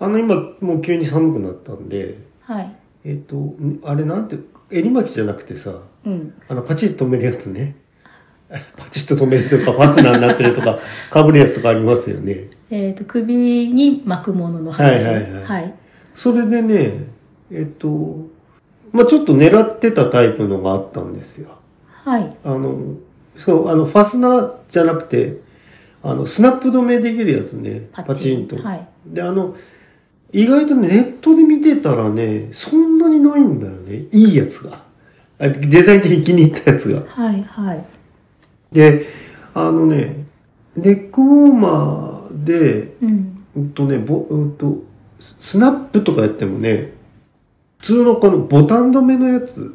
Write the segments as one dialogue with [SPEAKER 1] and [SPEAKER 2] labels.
[SPEAKER 1] あの今もう急に寒くなったんで
[SPEAKER 2] はい
[SPEAKER 1] えっ、とんあれなんて襟巻きじゃなくてさ
[SPEAKER 2] うん
[SPEAKER 1] あのパチッと止めるやつね パチッと止めるとかファスナーになってるとか かぶるやつとかありますよね
[SPEAKER 2] えっ、と首に巻くものの話
[SPEAKER 1] はいはいはい
[SPEAKER 2] はい
[SPEAKER 1] それでねえっ、とまあちょっと狙ってたタイプのがあったんですよ
[SPEAKER 2] はい
[SPEAKER 1] あのそうあのファスナーじゃなくてあのスナップ止めできるやつねパチンと、
[SPEAKER 2] はい
[SPEAKER 1] であの意外とねネットで見てたらねそんなにないんだよねいいやつがあデザイン的に気に入ったやつが
[SPEAKER 2] はいはい
[SPEAKER 1] であのねネックウォーマーで
[SPEAKER 2] うん
[SPEAKER 1] うんとねぼうんとススナップとかやってもね普通のこのボタン止めのやつ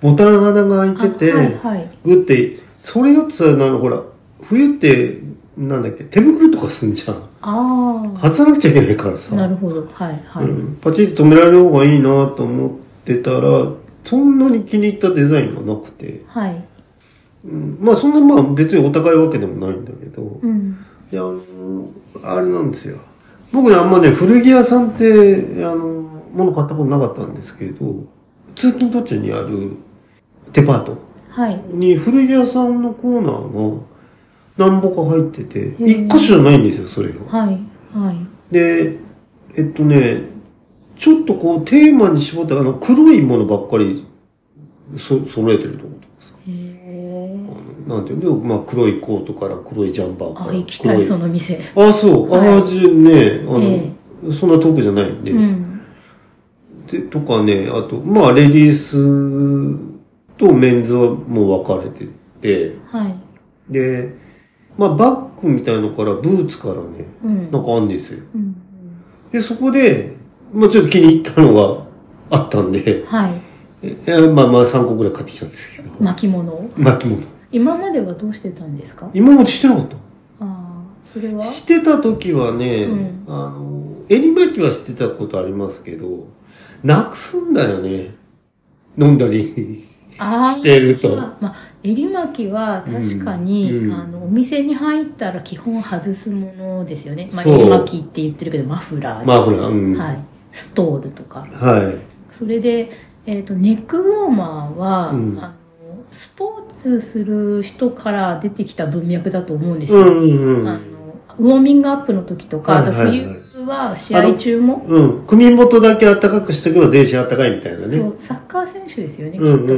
[SPEAKER 1] ボタン穴が開いてて、
[SPEAKER 2] あはいはい
[SPEAKER 1] グってそれだってさなのほら冬ってなんだっけ手袋とかすんじゃん
[SPEAKER 2] あ
[SPEAKER 1] 外さなくちゃいけないから
[SPEAKER 2] あ
[SPEAKER 1] さ
[SPEAKER 2] なるほどはいはい、
[SPEAKER 1] うん、パチッと止められる方がいいなと思ってたらそんなに気に入ったデザインがなくて、
[SPEAKER 2] はい
[SPEAKER 1] うん、まあそんなまあ別にお高いわけでもないんだけど、
[SPEAKER 2] うん
[SPEAKER 1] であのあれなんですよ僕ねあんまね古着屋さんってあの物買ったことなかったんですけど通勤途中にあるデパート
[SPEAKER 2] はい
[SPEAKER 1] に古着屋さんのコーナーが何本か入ってて
[SPEAKER 2] ん
[SPEAKER 1] 一箇所じゃないんですよそれが。
[SPEAKER 2] はいはい
[SPEAKER 1] でえっとねちょっとこうテーマに絞ったあの黒いものばっかりそ揃えてるところとかさ
[SPEAKER 2] へえ
[SPEAKER 1] あのなんていうの、まあ、黒いコートから黒いジャンバーか
[SPEAKER 2] あ
[SPEAKER 1] ら
[SPEAKER 2] 行きたいそ
[SPEAKER 1] 黒い
[SPEAKER 2] の店
[SPEAKER 1] あそう、
[SPEAKER 2] はい
[SPEAKER 1] ああじねあの、
[SPEAKER 2] え
[SPEAKER 1] そんな遠くじゃないんで,、
[SPEAKER 2] うん
[SPEAKER 1] でとかねあとまあレディースとメンズはもう分かれてて
[SPEAKER 2] はい
[SPEAKER 1] で、まあ、バッグみたいのからブーツからね
[SPEAKER 2] うん
[SPEAKER 1] なんかあるんですよ
[SPEAKER 2] うん
[SPEAKER 1] でそこで、まあ、ちょっと気に入ったのがあったんで
[SPEAKER 2] はい
[SPEAKER 1] ええまあまあ3個ぐらい買ってきたんですけど
[SPEAKER 2] 巻物
[SPEAKER 1] 巻物
[SPEAKER 2] 今まではどうしてたんですか
[SPEAKER 1] 今までしてなかった
[SPEAKER 2] ああそれは
[SPEAKER 1] してた時はね、
[SPEAKER 2] うん
[SPEAKER 1] あの襟巻きはしてたことありますけどなくすんだよね飲んだり
[SPEAKER 2] あ
[SPEAKER 1] してると
[SPEAKER 2] まあ、襟巻きは確かに、
[SPEAKER 1] うんうん
[SPEAKER 2] あのお店に入ったら基本外すものですよね、まあ、
[SPEAKER 1] そう
[SPEAKER 2] 襟巻きって言ってるけどマフラー、
[SPEAKER 1] まあほらうん、
[SPEAKER 2] はいい、ストールとか
[SPEAKER 1] は
[SPEAKER 2] それで、えー、とネックウォーマーは、
[SPEAKER 1] うん
[SPEAKER 2] あのスポーツする人から出てきた文脈だと思うんで
[SPEAKER 1] い、
[SPEAKER 2] す
[SPEAKER 1] う
[SPEAKER 2] よ、
[SPEAKER 1] んうんう
[SPEAKER 2] あの
[SPEAKER 1] ん
[SPEAKER 2] ウォーミングアップの時とか、
[SPEAKER 1] はいはいはい
[SPEAKER 2] あと冬は試合中も
[SPEAKER 1] うん首元だけ暖かくしとけば全身暖かいみたいなね
[SPEAKER 2] そうサッカー選手ですよね、
[SPEAKER 1] うんうんう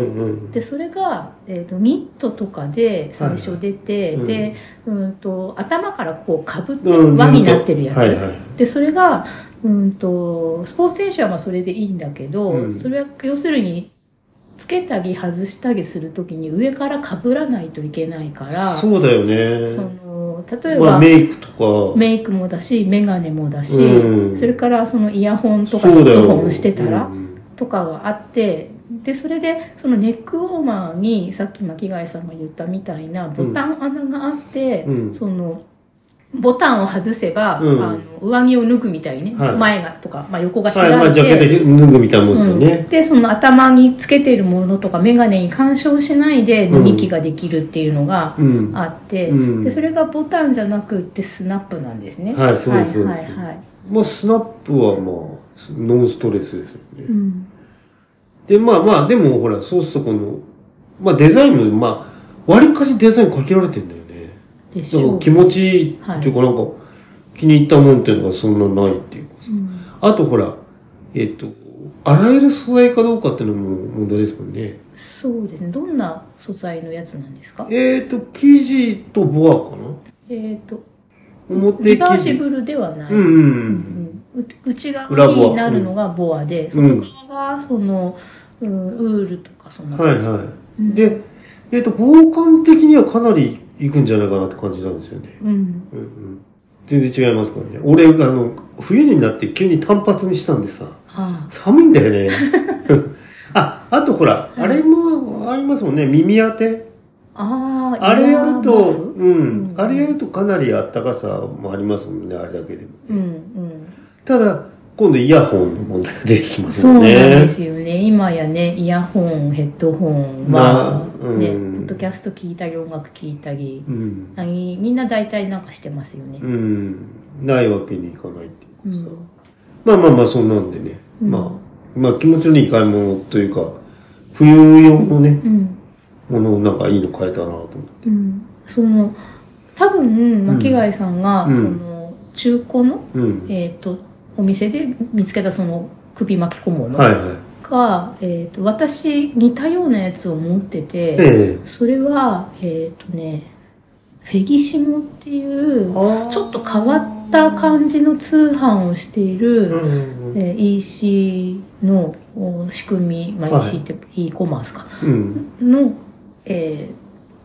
[SPEAKER 1] ん
[SPEAKER 2] でそれが、えー、とニットとかで最初出て、
[SPEAKER 1] はい
[SPEAKER 2] で、うん、と頭からこうかぶって
[SPEAKER 1] うん
[SPEAKER 2] 輪になってるやつ、
[SPEAKER 1] はいはい
[SPEAKER 2] でそれが、うん、とスポーツ選手はまあそれでいいんだけど、
[SPEAKER 1] うん
[SPEAKER 2] それは要するにつけたり外したりするときに上からかぶらないといけないから
[SPEAKER 1] そうだよね
[SPEAKER 2] その例えば、
[SPEAKER 1] まあメイクとか
[SPEAKER 2] メイクもだし眼鏡もだし、
[SPEAKER 1] うん
[SPEAKER 2] それからそのイヤホンとかヘ
[SPEAKER 1] そうだ
[SPEAKER 2] ッ
[SPEAKER 1] よ
[SPEAKER 2] ドホンしてたら
[SPEAKER 1] う。ん
[SPEAKER 2] とかがあってでそれでそのネックウォーマーにさっき巻貝さんが言ったみたいなボタン穴があって、
[SPEAKER 1] うん
[SPEAKER 2] そのボタンを外せば、
[SPEAKER 1] うん
[SPEAKER 2] あの上着を脱ぐみたいにね、
[SPEAKER 1] はい
[SPEAKER 2] 前がとか、まあ、横が開
[SPEAKER 1] はいいま
[SPEAKER 2] て、
[SPEAKER 1] あジャケット脱ぐみたいなもんですよ
[SPEAKER 2] う
[SPEAKER 1] ね
[SPEAKER 2] ん、でその頭につけてるものとか眼鏡に干渉しないで
[SPEAKER 1] うん
[SPEAKER 2] 脱ぎ着ができるっていうのが
[SPEAKER 1] うん
[SPEAKER 2] あって、
[SPEAKER 1] うん
[SPEAKER 2] でそれがボタンじゃなくってスナップなんですね。
[SPEAKER 1] はいそうですそうです
[SPEAKER 2] はいはいはい
[SPEAKER 1] まあスナップはまあノンストレスですよね
[SPEAKER 2] うん
[SPEAKER 1] で、まあまあ、でもほら、そうするとこの、まあデザインも、まあ、わりかしデザイン限られてんだよね。
[SPEAKER 2] でし
[SPEAKER 1] だか
[SPEAKER 2] ょ
[SPEAKER 1] ら
[SPEAKER 2] う
[SPEAKER 1] 気持ちいいっていうか、なんか、気に入ったもんっていうのがそんなないっていうかさ。
[SPEAKER 2] うん
[SPEAKER 1] あとほら、えっ、と、あらゆる素材かどうかっていうのも問題ですもんね。
[SPEAKER 2] そうですね。どんな素材のやつなんですかえ
[SPEAKER 1] え
[SPEAKER 2] っ、
[SPEAKER 1] っ、と、生地とボアかな
[SPEAKER 2] と、
[SPEAKER 1] 表
[SPEAKER 2] リバ
[SPEAKER 1] 生
[SPEAKER 2] ーシ
[SPEAKER 1] 地。
[SPEAKER 2] ブルではない。
[SPEAKER 1] うんう
[SPEAKER 2] うん
[SPEAKER 1] んう。
[SPEAKER 2] うんんう内
[SPEAKER 1] 裏
[SPEAKER 2] 側
[SPEAKER 1] ボア
[SPEAKER 2] になるのがボアで、
[SPEAKER 1] うん
[SPEAKER 2] 外側がその、うん、ウールとかそんな
[SPEAKER 1] はい
[SPEAKER 2] 感じ。
[SPEAKER 1] は
[SPEAKER 2] うん
[SPEAKER 1] い。で、えっ、と、防寒的にはかなりいくんじゃないかなって感じなんですよね。
[SPEAKER 2] うん。
[SPEAKER 1] うんうん全然違いますからね俺あの冬になって急に単発にしたんでさ
[SPEAKER 2] あ
[SPEAKER 1] 寒いんだよ ねああとほらあれもありますもんね耳当て
[SPEAKER 2] あ。ああ。
[SPEAKER 1] あれやる
[SPEAKER 2] イヤーマ
[SPEAKER 1] と
[SPEAKER 2] フ
[SPEAKER 1] うん、
[SPEAKER 2] うん
[SPEAKER 1] あれやるとかなりあったかさもありますもんねあれだけでも
[SPEAKER 2] うんうん。
[SPEAKER 1] ただ今度イヤホンの問題が出てきます
[SPEAKER 2] そう
[SPEAKER 1] も
[SPEAKER 2] なんんで
[SPEAKER 1] ね
[SPEAKER 2] すよね。今やね、イヤホン、ヘッドホン
[SPEAKER 1] ま
[SPEAKER 2] は、
[SPEAKER 1] あうん
[SPEAKER 2] ね、ポッドキャスト聞いたり、音楽聞いたり、
[SPEAKER 1] うん、
[SPEAKER 2] 何みんな大体なんかしてますよね
[SPEAKER 1] う。ん、ないわけにいかないっていううかさ、
[SPEAKER 2] ん。
[SPEAKER 1] まあまあまあ、そんなんでね。
[SPEAKER 2] うん
[SPEAKER 1] まあ、まあ気持ちのいい買い物というか、冬用のね、
[SPEAKER 2] うん
[SPEAKER 1] ものをなんかいいの買えたなと思って。
[SPEAKER 2] うん、その多分巻貝さんが、
[SPEAKER 1] うん
[SPEAKER 2] その中古の、
[SPEAKER 1] うん。
[SPEAKER 2] えー、とお店で見つけたその首巻き小物が、
[SPEAKER 1] はいはい。
[SPEAKER 2] えー、と私似たようなやつを持ってて、
[SPEAKER 1] え
[SPEAKER 2] それはえっ、とねフェギシモっていう
[SPEAKER 1] え。
[SPEAKER 2] ちょっと変わった感じの通販をしている、
[SPEAKER 1] うんうん
[SPEAKER 2] えー EC のお仕組み、まあ、
[SPEAKER 1] はい
[SPEAKER 2] EC って e コマースか、
[SPEAKER 1] うん。うん。
[SPEAKER 2] の、えー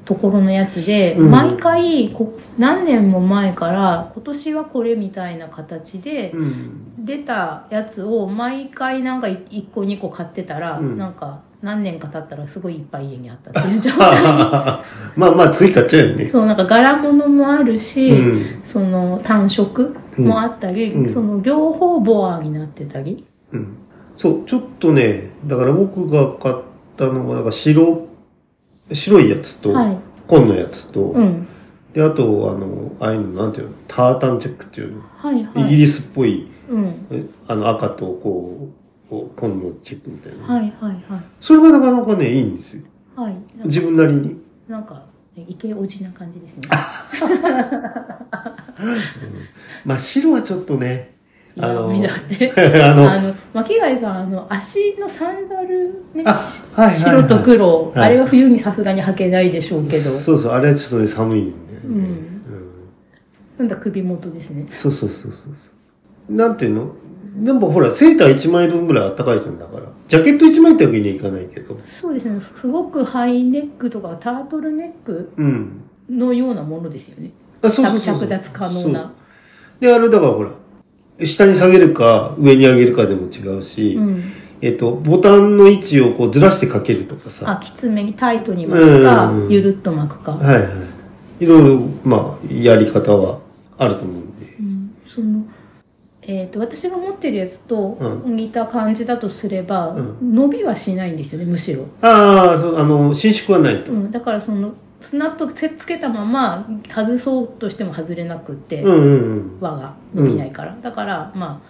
[SPEAKER 2] ところのやつで、
[SPEAKER 1] うん
[SPEAKER 2] 毎回こ何年も前から今年はこれみたいな形で
[SPEAKER 1] うん。
[SPEAKER 2] 出たやつを毎回なんか1個2個買ってたら、
[SPEAKER 1] うん
[SPEAKER 2] なんか何年か経ったらすごいいっぱい家にあったっていう 状態
[SPEAKER 1] まあまあ、つい買っちゃうよね。
[SPEAKER 2] そうなんか柄物もあるし、
[SPEAKER 1] うん。
[SPEAKER 2] その単色もあったり、
[SPEAKER 1] うんうん
[SPEAKER 2] その両方ボアになってたり。
[SPEAKER 1] うん。そう、ちょっとね、だから僕が買ったのは、なんか白、白いやつと、
[SPEAKER 2] はい、
[SPEAKER 1] 紺のやつと、
[SPEAKER 2] うん
[SPEAKER 1] で、あと、あの、ああいうの、なんていうの、タータンチェックっていうの、
[SPEAKER 2] はいはい
[SPEAKER 1] イギリスっぽい、
[SPEAKER 2] うん
[SPEAKER 1] えあの、赤とこう、こう紺のチェックみたいな。
[SPEAKER 2] はいはいはい
[SPEAKER 1] それがなかなかね、いいんですよ。
[SPEAKER 2] はいなんか
[SPEAKER 1] 自分なりに。
[SPEAKER 2] なんかイケオジな感じですね
[SPEAKER 1] まあ、白はちょっとね、
[SPEAKER 2] い や
[SPEAKER 1] あの
[SPEAKER 2] 見だって
[SPEAKER 1] あの、
[SPEAKER 2] あの巻貝さんあの足のサンダルね
[SPEAKER 1] あ
[SPEAKER 2] し
[SPEAKER 1] はいはいはい
[SPEAKER 2] 白と黒、
[SPEAKER 1] はい
[SPEAKER 2] あれは冬にさすがに履けないでしょうけど
[SPEAKER 1] そうそう、あれはちょっとね、寒いんだよね。
[SPEAKER 2] うん
[SPEAKER 1] うん
[SPEAKER 2] なんだ首元ですね
[SPEAKER 1] そうそうそうそうそう。なんていうのでもほら、セーター1枚分ぐらいあったかいじゃんだから。ジャケット1枚ってわけにはいかないけど。
[SPEAKER 2] そうですねすごくハイネックとかタートルネック
[SPEAKER 1] うん。
[SPEAKER 2] のようなものですよね
[SPEAKER 1] あ、
[SPEAKER 2] 着着脱可能
[SPEAKER 1] そう
[SPEAKER 2] な
[SPEAKER 1] で、あれだからほら、下に下げるか、上に上げるかでも違うし、
[SPEAKER 2] うん、
[SPEAKER 1] えっと、ボタンの位置をこうずらしてかけるとかさ。
[SPEAKER 2] あきつめにタイトに巻くか、
[SPEAKER 1] うん
[SPEAKER 2] ゆるっと巻くか、
[SPEAKER 1] はいはい。いろいろ、まあ、やり方はあると思うんで。
[SPEAKER 2] うんそのえー、と私が持ってるやつと
[SPEAKER 1] う
[SPEAKER 2] 似た感じだとすれば、
[SPEAKER 1] う
[SPEAKER 2] 伸びはしないんですよねむしろ、
[SPEAKER 1] ああ、そう、あの、伸縮はないと。
[SPEAKER 2] うん、だからそのスナップつつけたまま外そうとしても外れなくって、
[SPEAKER 1] うんうんうん。
[SPEAKER 2] 輪が伸びないから、だからま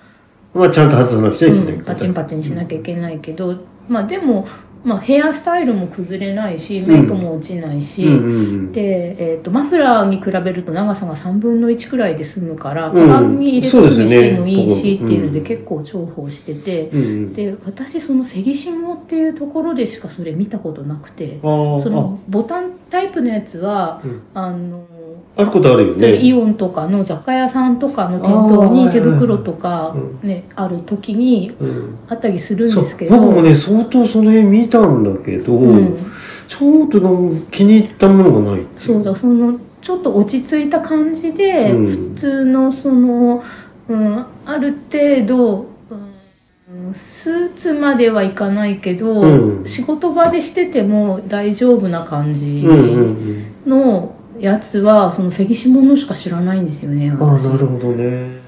[SPEAKER 2] あ、
[SPEAKER 1] まあ、ちゃんと外さなくちゃいけない
[SPEAKER 2] うん
[SPEAKER 1] か
[SPEAKER 2] パ
[SPEAKER 1] ら。
[SPEAKER 2] チンパチンしなきゃいけないけど、まあでも、まあ、ヘアスタイルも崩れないしメイクも落ちないし、
[SPEAKER 1] うんうんうん。
[SPEAKER 2] で、えー、とマフラーに比べると長さが3分の1くらいで済むから
[SPEAKER 1] ん
[SPEAKER 2] カバンに入れ込みしてもいい
[SPEAKER 1] そうで
[SPEAKER 2] し
[SPEAKER 1] すよね
[SPEAKER 2] っていうので
[SPEAKER 1] うん
[SPEAKER 2] 結構重宝してて、
[SPEAKER 1] うんうん、
[SPEAKER 2] で私そのフェギシモっていうところでしかそれ見たことなくて
[SPEAKER 1] ああ、
[SPEAKER 2] そのボタンタイプのやつは
[SPEAKER 1] あ、うん
[SPEAKER 2] あの
[SPEAKER 1] あることあるよね。
[SPEAKER 2] イオンとかの雑貨屋さんとかの店頭
[SPEAKER 1] あ
[SPEAKER 2] に
[SPEAKER 1] ー
[SPEAKER 2] 手袋とか
[SPEAKER 1] はいはいは、
[SPEAKER 2] ね、ある時に
[SPEAKER 1] うん、
[SPEAKER 2] あったりするん
[SPEAKER 1] そう
[SPEAKER 2] ですけど。
[SPEAKER 1] 僕もね、相当その辺見たんだけど、
[SPEAKER 2] うん
[SPEAKER 1] ちょっとなんか気に入ったものがないってい
[SPEAKER 2] そうだそのちょっと落ち着いた感じで、
[SPEAKER 1] うん
[SPEAKER 2] 普通のその、うん、ある程度、うん、スーツまではいかないけど、
[SPEAKER 1] うん
[SPEAKER 2] 仕事場でしてても大丈夫な感じ
[SPEAKER 1] うんうん
[SPEAKER 2] のやつはそのフェギシモのしか知らないんですよね
[SPEAKER 1] うん。ああ、
[SPEAKER 2] 私
[SPEAKER 1] なるほどね。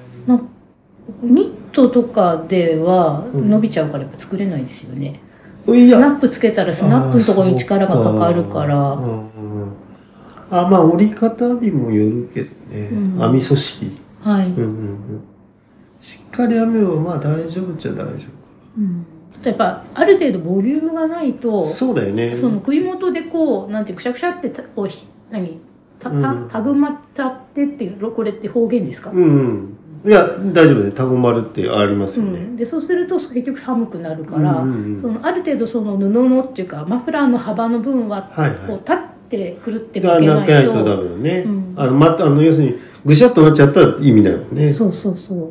[SPEAKER 2] ニットとかでは
[SPEAKER 1] うん
[SPEAKER 2] 伸びちゃうからやっぱ作れないですよね、
[SPEAKER 1] い
[SPEAKER 2] スナップつけたらスナップのところに力がかかるから
[SPEAKER 1] あーそううんうんあまあ折り方にもよるけどね、
[SPEAKER 2] うん
[SPEAKER 1] 網組織、
[SPEAKER 2] はい、
[SPEAKER 1] うんうんうん、しっかり編めばまあ大丈夫っちゃ大丈
[SPEAKER 2] うん、やっぱある程度ボリュームがないと
[SPEAKER 1] 夫そうだよね
[SPEAKER 2] その首元でこうなんていうくしゃくしゃってたこうひ何た
[SPEAKER 1] うん
[SPEAKER 2] たたぐまっちゃってっていうのこれって方言ですか、
[SPEAKER 1] うんうんいや大丈夫ねタゴ丸ってありますよ
[SPEAKER 2] う
[SPEAKER 1] ね、
[SPEAKER 2] んでそうすると結局寒くなるから、
[SPEAKER 1] うんうんうん
[SPEAKER 2] そのある程度その布のっていうかマフラーの幅の分は
[SPEAKER 1] はいはい
[SPEAKER 2] こう立ってくるって
[SPEAKER 1] が
[SPEAKER 2] 負け
[SPEAKER 1] な
[SPEAKER 2] な
[SPEAKER 1] きゃ
[SPEAKER 2] い
[SPEAKER 1] い
[SPEAKER 2] と,、
[SPEAKER 1] とダメよね、
[SPEAKER 2] うん
[SPEAKER 1] あのまあの要するにぐしゃっとなっちゃったら意味ないもんねフ
[SPEAKER 2] そうそうそう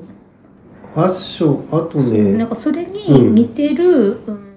[SPEAKER 1] ァッションあと
[SPEAKER 2] そうな
[SPEAKER 1] ね
[SPEAKER 2] んかそれに似てる、うん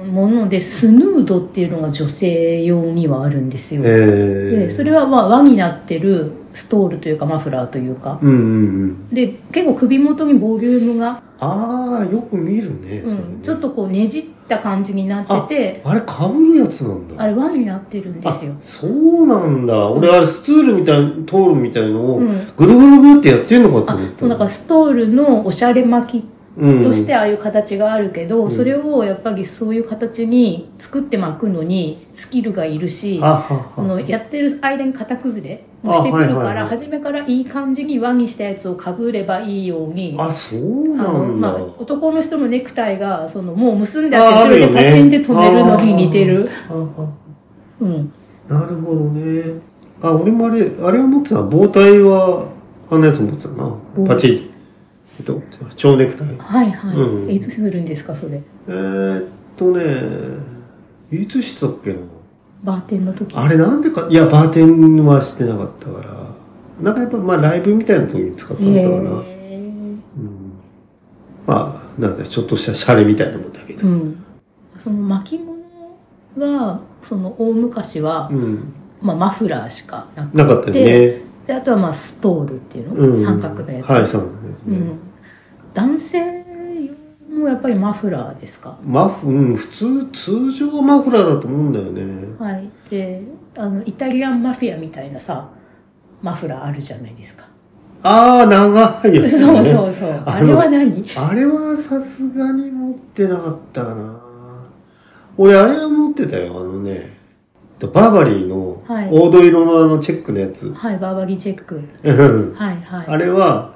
[SPEAKER 2] ものでスヌードっていうのが女性用にはあるんですよ、
[SPEAKER 1] えー、
[SPEAKER 2] でそれはまあ輪になってるストールというかマフラーというか、
[SPEAKER 1] うんうんうん
[SPEAKER 2] で結構首元にボリュームが、
[SPEAKER 1] ああよく見るね,、
[SPEAKER 2] う
[SPEAKER 1] それ
[SPEAKER 2] ん
[SPEAKER 1] ね、
[SPEAKER 2] ちょっとこうねじった感じになってて
[SPEAKER 1] あれかぶるやつなんだ
[SPEAKER 2] あれ輪になってるんですよ
[SPEAKER 1] あ、そうなんだ俺あれスツールみたいな通るみたいのを
[SPEAKER 2] うん、
[SPEAKER 1] ぐるぐるぐるってやってんのかと
[SPEAKER 2] あ
[SPEAKER 1] 思った、
[SPEAKER 2] そうだからストールのおしゃれ巻き
[SPEAKER 1] うん
[SPEAKER 2] としてああいう形があるけど、
[SPEAKER 1] うん
[SPEAKER 2] それをやっぱりそういう形に作って巻くのにスキルがいるし
[SPEAKER 1] あは
[SPEAKER 2] こ
[SPEAKER 1] は
[SPEAKER 2] のやってる間に型崩れもしてくるから、
[SPEAKER 1] あはいはいはい
[SPEAKER 2] 初めからいい感じに輪にしたやつをかぶればいいように
[SPEAKER 1] あそう
[SPEAKER 2] あ
[SPEAKER 1] な
[SPEAKER 2] の
[SPEAKER 1] ん
[SPEAKER 2] ま
[SPEAKER 1] だ、
[SPEAKER 2] あ、男の人のネクタイがそのもう結んであって
[SPEAKER 1] ああ
[SPEAKER 2] 後ろ
[SPEAKER 1] る
[SPEAKER 2] で
[SPEAKER 1] よね
[SPEAKER 2] パチンって止めるのに似てる
[SPEAKER 1] あは
[SPEAKER 2] うん、
[SPEAKER 1] なるほどねあ俺もあれあれを持ってた棒体はあんなやつ持ってたな
[SPEAKER 2] うん
[SPEAKER 1] パチッえっと蝶ネクタイ
[SPEAKER 2] はいはい、
[SPEAKER 1] うん
[SPEAKER 2] いつするんですかそれ
[SPEAKER 1] えー、っとねいつしてたっけな
[SPEAKER 2] バーテンの時
[SPEAKER 1] あれなんでかいやバーテンはしてなかったからなんかやっぱまあライブみたいな時に使ったんだ
[SPEAKER 2] へ
[SPEAKER 1] から、
[SPEAKER 2] ー
[SPEAKER 1] うん、まあなんだちょっとしたシャレみたいなもんだけど
[SPEAKER 2] うん、その巻物がその大昔は、
[SPEAKER 1] うん
[SPEAKER 2] まあ、マフラーしかなくて
[SPEAKER 1] なかったよね
[SPEAKER 2] であとはまあストールっていうの、
[SPEAKER 1] うん
[SPEAKER 2] 三角のやつ、
[SPEAKER 1] はい三角のやつ
[SPEAKER 2] う
[SPEAKER 1] ね、
[SPEAKER 2] ん、男性用もやっぱりマフラーですか
[SPEAKER 1] マフうん普通通常はマフラーだと思うんだよね
[SPEAKER 2] はいであのイタリアンマフィアみたいなさマフラーあるじゃないですか、
[SPEAKER 1] ああ長いやつ、ね、
[SPEAKER 2] そう そうそうあれは何
[SPEAKER 1] あれはさすがに持ってなかったかな俺あれは持ってたよあのねバーバリーの
[SPEAKER 2] はい
[SPEAKER 1] 黄土色のあのチェックのやつ、
[SPEAKER 2] はいバーバギチェック
[SPEAKER 1] うん
[SPEAKER 2] はいはい
[SPEAKER 1] あれは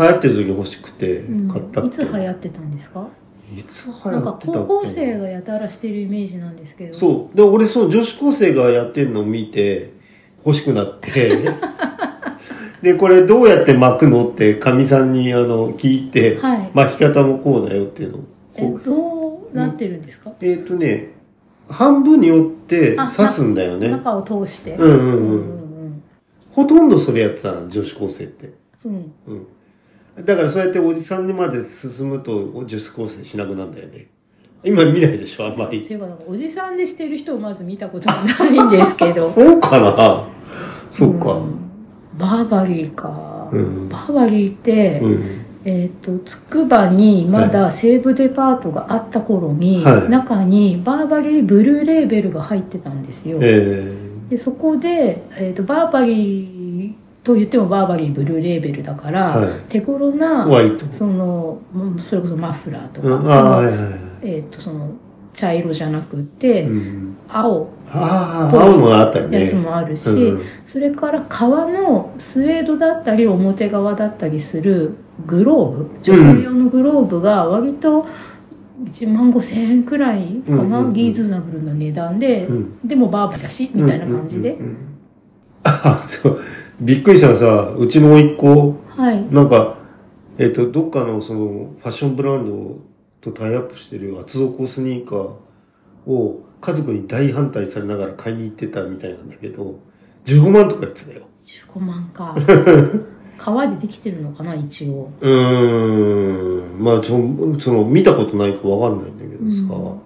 [SPEAKER 1] 流行ってる時に欲しくて
[SPEAKER 2] うん
[SPEAKER 1] 買ったっ
[SPEAKER 2] いつ流
[SPEAKER 1] て
[SPEAKER 2] 行ってたんですか
[SPEAKER 1] いつ
[SPEAKER 2] な
[SPEAKER 1] 流
[SPEAKER 2] ん
[SPEAKER 1] 行
[SPEAKER 2] か
[SPEAKER 1] ってたっけ
[SPEAKER 2] 高校生がやたらしてるイメージなんですけど
[SPEAKER 1] そう。で、俺、そう、女子高生がやってんのを見て、欲しくなって、 で、これどうやって巻くのって、かみさんに、あの、聞いて、
[SPEAKER 2] はい
[SPEAKER 1] 巻き方もこうだよっていうのを
[SPEAKER 2] え
[SPEAKER 1] こう。
[SPEAKER 2] どうなってるんですか、
[SPEAKER 1] えっ、とね、半分に折って
[SPEAKER 2] あ
[SPEAKER 1] 刺すんだよね。
[SPEAKER 2] 中を通して
[SPEAKER 1] うんうんう。
[SPEAKER 2] うんん
[SPEAKER 1] ほとんどそれやってたの女子高生って。
[SPEAKER 2] うん
[SPEAKER 1] うん。だからそうやっておじさんにまで進むと、女子高生しなくなるんだよね。今見ないでしょ、あんまり
[SPEAKER 2] っ。ていうかなんかおじさんでしてる人をまず見たことがないんですけど
[SPEAKER 1] そうかなそうか。
[SPEAKER 2] んバーバリーか、
[SPEAKER 1] うん
[SPEAKER 2] バーバリーって、
[SPEAKER 1] うん
[SPEAKER 2] えっ、とつくばにまだ西武デパートがあった頃に、
[SPEAKER 1] はい
[SPEAKER 2] 中にバーバリーブルーレーベルが入ってたんですよ、
[SPEAKER 1] え
[SPEAKER 2] でそこで、えー、とバーバリーと言ってもバーバリーブルーレーベルだから、
[SPEAKER 1] はい
[SPEAKER 2] 手頃
[SPEAKER 1] ー、
[SPEAKER 2] な
[SPEAKER 1] ホワイト。
[SPEAKER 2] そのうんそれこそマフラーとか、
[SPEAKER 1] う
[SPEAKER 2] そ
[SPEAKER 1] ん、
[SPEAKER 2] の
[SPEAKER 1] ああ、はいはいはい。
[SPEAKER 2] えー、とその茶色じゃなくて、
[SPEAKER 1] うん、
[SPEAKER 2] 青
[SPEAKER 1] あ
[SPEAKER 2] ぽい
[SPEAKER 1] あ、青のあったよね。
[SPEAKER 2] やつもあるし、
[SPEAKER 1] うんうん
[SPEAKER 2] それから革のスウェードだったり表側だったりするグローブ女性用のグローブが割と1万5,000円くらいかな、
[SPEAKER 1] うんうんうん
[SPEAKER 2] リーズナブルな値段で、
[SPEAKER 1] うん
[SPEAKER 2] でもバーバーだしみたいな感じで、
[SPEAKER 1] うんうんうんうんあそう。びっくりしたのさ、うちの甥っ子、
[SPEAKER 2] はい
[SPEAKER 1] なんか、えっ、と、どっかのその、ファッションブランドとタイアップしてる厚底スニーカーを、家族に大反対されながら買いに行ってたみたいなんだけど、15万とかやってたよ。
[SPEAKER 2] 15 万か革でできてるのかな一応
[SPEAKER 1] うーんまあそのその見たことないかわかんないんだけどさ、
[SPEAKER 2] うん
[SPEAKER 1] あの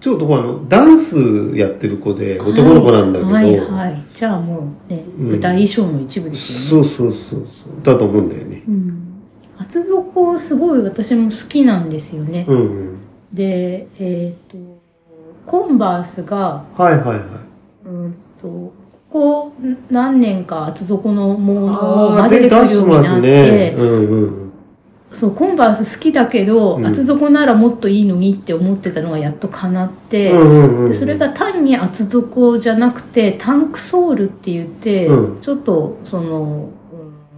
[SPEAKER 1] ちょっとこうあのダンスやってる子で男の子なんだけど、
[SPEAKER 2] はいはいじゃあもうね、
[SPEAKER 1] うん
[SPEAKER 2] 舞台衣装の一部ですよね
[SPEAKER 1] そうそうそうそうだと思うんだよね
[SPEAKER 2] うん厚底すごい私も好きなんですよね、
[SPEAKER 1] うん、うん、
[SPEAKER 2] でえっ、とコンバースが
[SPEAKER 1] はいはいはい
[SPEAKER 2] うんとここ何年か厚底のものを
[SPEAKER 1] ああ
[SPEAKER 2] 混ぜてくるようになって、
[SPEAKER 1] ねうんうん
[SPEAKER 2] そうコンバース好きだけど、
[SPEAKER 1] うん
[SPEAKER 2] 厚底ならもっといいのにって思ってたのがやっと叶って、
[SPEAKER 1] うんうんうん
[SPEAKER 2] でそれが単に厚底じゃなくてタンクソールって言って、
[SPEAKER 1] う
[SPEAKER 2] ちょっとその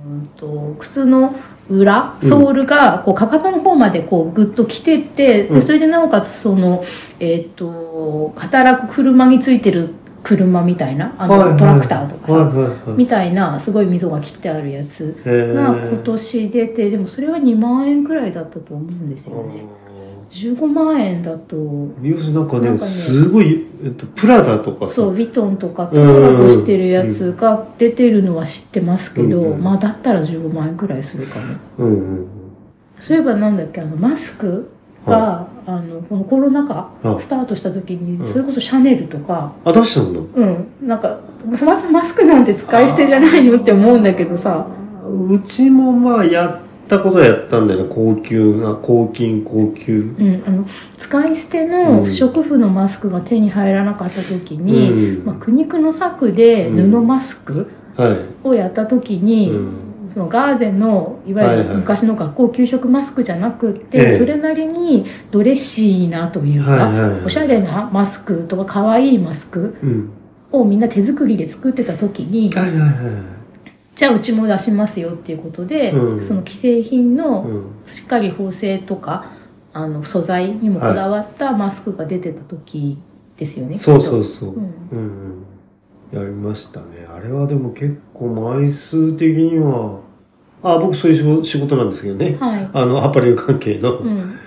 [SPEAKER 2] うーんと靴の裏ソールがこうかかとの方までこうグッと来てって、
[SPEAKER 1] う
[SPEAKER 2] で
[SPEAKER 1] ん
[SPEAKER 2] それでなおかつその、えーっと働く車についてる車みたいなあの、
[SPEAKER 1] はいはい
[SPEAKER 2] トラクターとかさ、
[SPEAKER 1] はいはいはい
[SPEAKER 2] みたいなすごい溝が切ってあるやつ
[SPEAKER 1] へー
[SPEAKER 2] が今年出てでもそれは2万円くらいだったと思うんですよね。15万円だと
[SPEAKER 1] あー要するになんかね
[SPEAKER 2] なんかね
[SPEAKER 1] すごい、えっと、プラダとかさ
[SPEAKER 2] そう、ヴィトンとかとコラボしてるやつが出てるのは知ってますけど、
[SPEAKER 1] うんうん
[SPEAKER 2] まあだったら15万円くらいするかも。
[SPEAKER 1] うんうん
[SPEAKER 2] そういえばなんだっけ、あの、マスクが、あの、このコロナ禍
[SPEAKER 1] は、い
[SPEAKER 2] スタートした時に、
[SPEAKER 1] ん
[SPEAKER 2] それこそシャネルとか、
[SPEAKER 1] あ出したんだ
[SPEAKER 2] うん、なんか、そもそもマスクなんて使い捨てじゃないのって思うんだけどさ、
[SPEAKER 1] うちもまあやったことはやったんだよね高級な高金高級
[SPEAKER 2] うん、あの、使い捨て
[SPEAKER 1] う
[SPEAKER 2] の
[SPEAKER 1] ん
[SPEAKER 2] 不織布のマスクが手に入らなかった時に、
[SPEAKER 1] うん
[SPEAKER 2] まあ、苦肉の策で布マスク
[SPEAKER 1] はい
[SPEAKER 2] をやった時に、
[SPEAKER 1] うん
[SPEAKER 2] そのガーゼンのいわゆ
[SPEAKER 1] はいは
[SPEAKER 2] る
[SPEAKER 1] い
[SPEAKER 2] 昔の学校給食マスクじゃなくって、
[SPEAKER 1] ええ
[SPEAKER 2] それなりにドレッシーなというか、
[SPEAKER 1] はいはいはい
[SPEAKER 2] おしゃれなマスクとか可愛いマスク
[SPEAKER 1] うん。
[SPEAKER 2] をみんな手作りで作ってた時に、
[SPEAKER 1] はいはいは
[SPEAKER 2] じゃあうちも出しますよっていうことで、
[SPEAKER 1] うん
[SPEAKER 2] その既製品
[SPEAKER 1] い。
[SPEAKER 2] の
[SPEAKER 1] うん。
[SPEAKER 2] しっかり縫製とかあの素材にもこだわったマスクが出てた時ですよね、
[SPEAKER 1] そうそううそう。
[SPEAKER 2] ん、
[SPEAKER 1] うんうん、やりましたねあれはでも結構枚数的にはあ僕そういう仕事仕事なんですけどね
[SPEAKER 2] はい
[SPEAKER 1] あのアパレル関係の,、
[SPEAKER 2] うん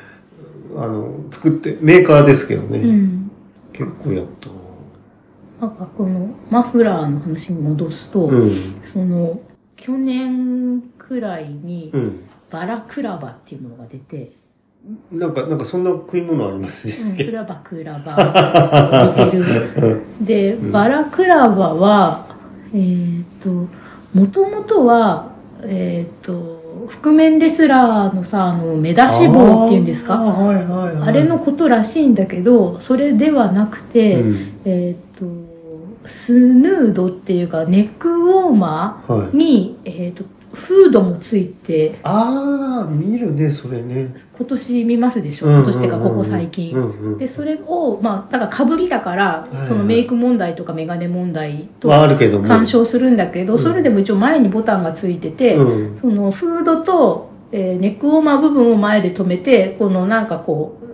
[SPEAKER 1] あの作ってメーカーですけどね、
[SPEAKER 2] うん
[SPEAKER 1] 結構やったな
[SPEAKER 2] なんかこのマフラーの話に戻すと、
[SPEAKER 1] うん
[SPEAKER 2] その去年くらいに
[SPEAKER 1] うん
[SPEAKER 2] バラクラバっていうものが出て、
[SPEAKER 1] なんかなんかそんな食い物あります
[SPEAKER 2] う
[SPEAKER 1] ね、
[SPEAKER 2] ん、それはバクラバって言ってる。で、バラクラバは、えっ、と、もともとは、えっ、と、覆面レスラーのさ、あの、目出し帽っていうんです
[SPEAKER 1] あ,、
[SPEAKER 2] か
[SPEAKER 1] はいはい
[SPEAKER 2] あ
[SPEAKER 1] はい、
[SPEAKER 2] れのことらしいんだけど、それではなく
[SPEAKER 1] う
[SPEAKER 2] て、
[SPEAKER 1] ん
[SPEAKER 2] えっ、と、スヌードっていうか、ネックウォーマ
[SPEAKER 1] は
[SPEAKER 2] ー
[SPEAKER 1] い、
[SPEAKER 2] に、えっ、と、フードもついて、
[SPEAKER 1] ああ見るねそれね
[SPEAKER 2] 今年見ますでしょ
[SPEAKER 1] うんうんうん
[SPEAKER 2] 今
[SPEAKER 1] うん
[SPEAKER 2] 年ってかここ最近、
[SPEAKER 1] うんうん
[SPEAKER 2] でそれをまあだからかぶりだから、
[SPEAKER 1] はい
[SPEAKER 2] そのメイク問題とかメガネ問題と
[SPEAKER 1] はあるけども
[SPEAKER 2] 干渉するんだけど、
[SPEAKER 1] うん
[SPEAKER 2] それでも一応前にボタンがついてて、
[SPEAKER 1] うん
[SPEAKER 2] そのフードと、えーネックウォーマー部分を前で止めてこのなんかこう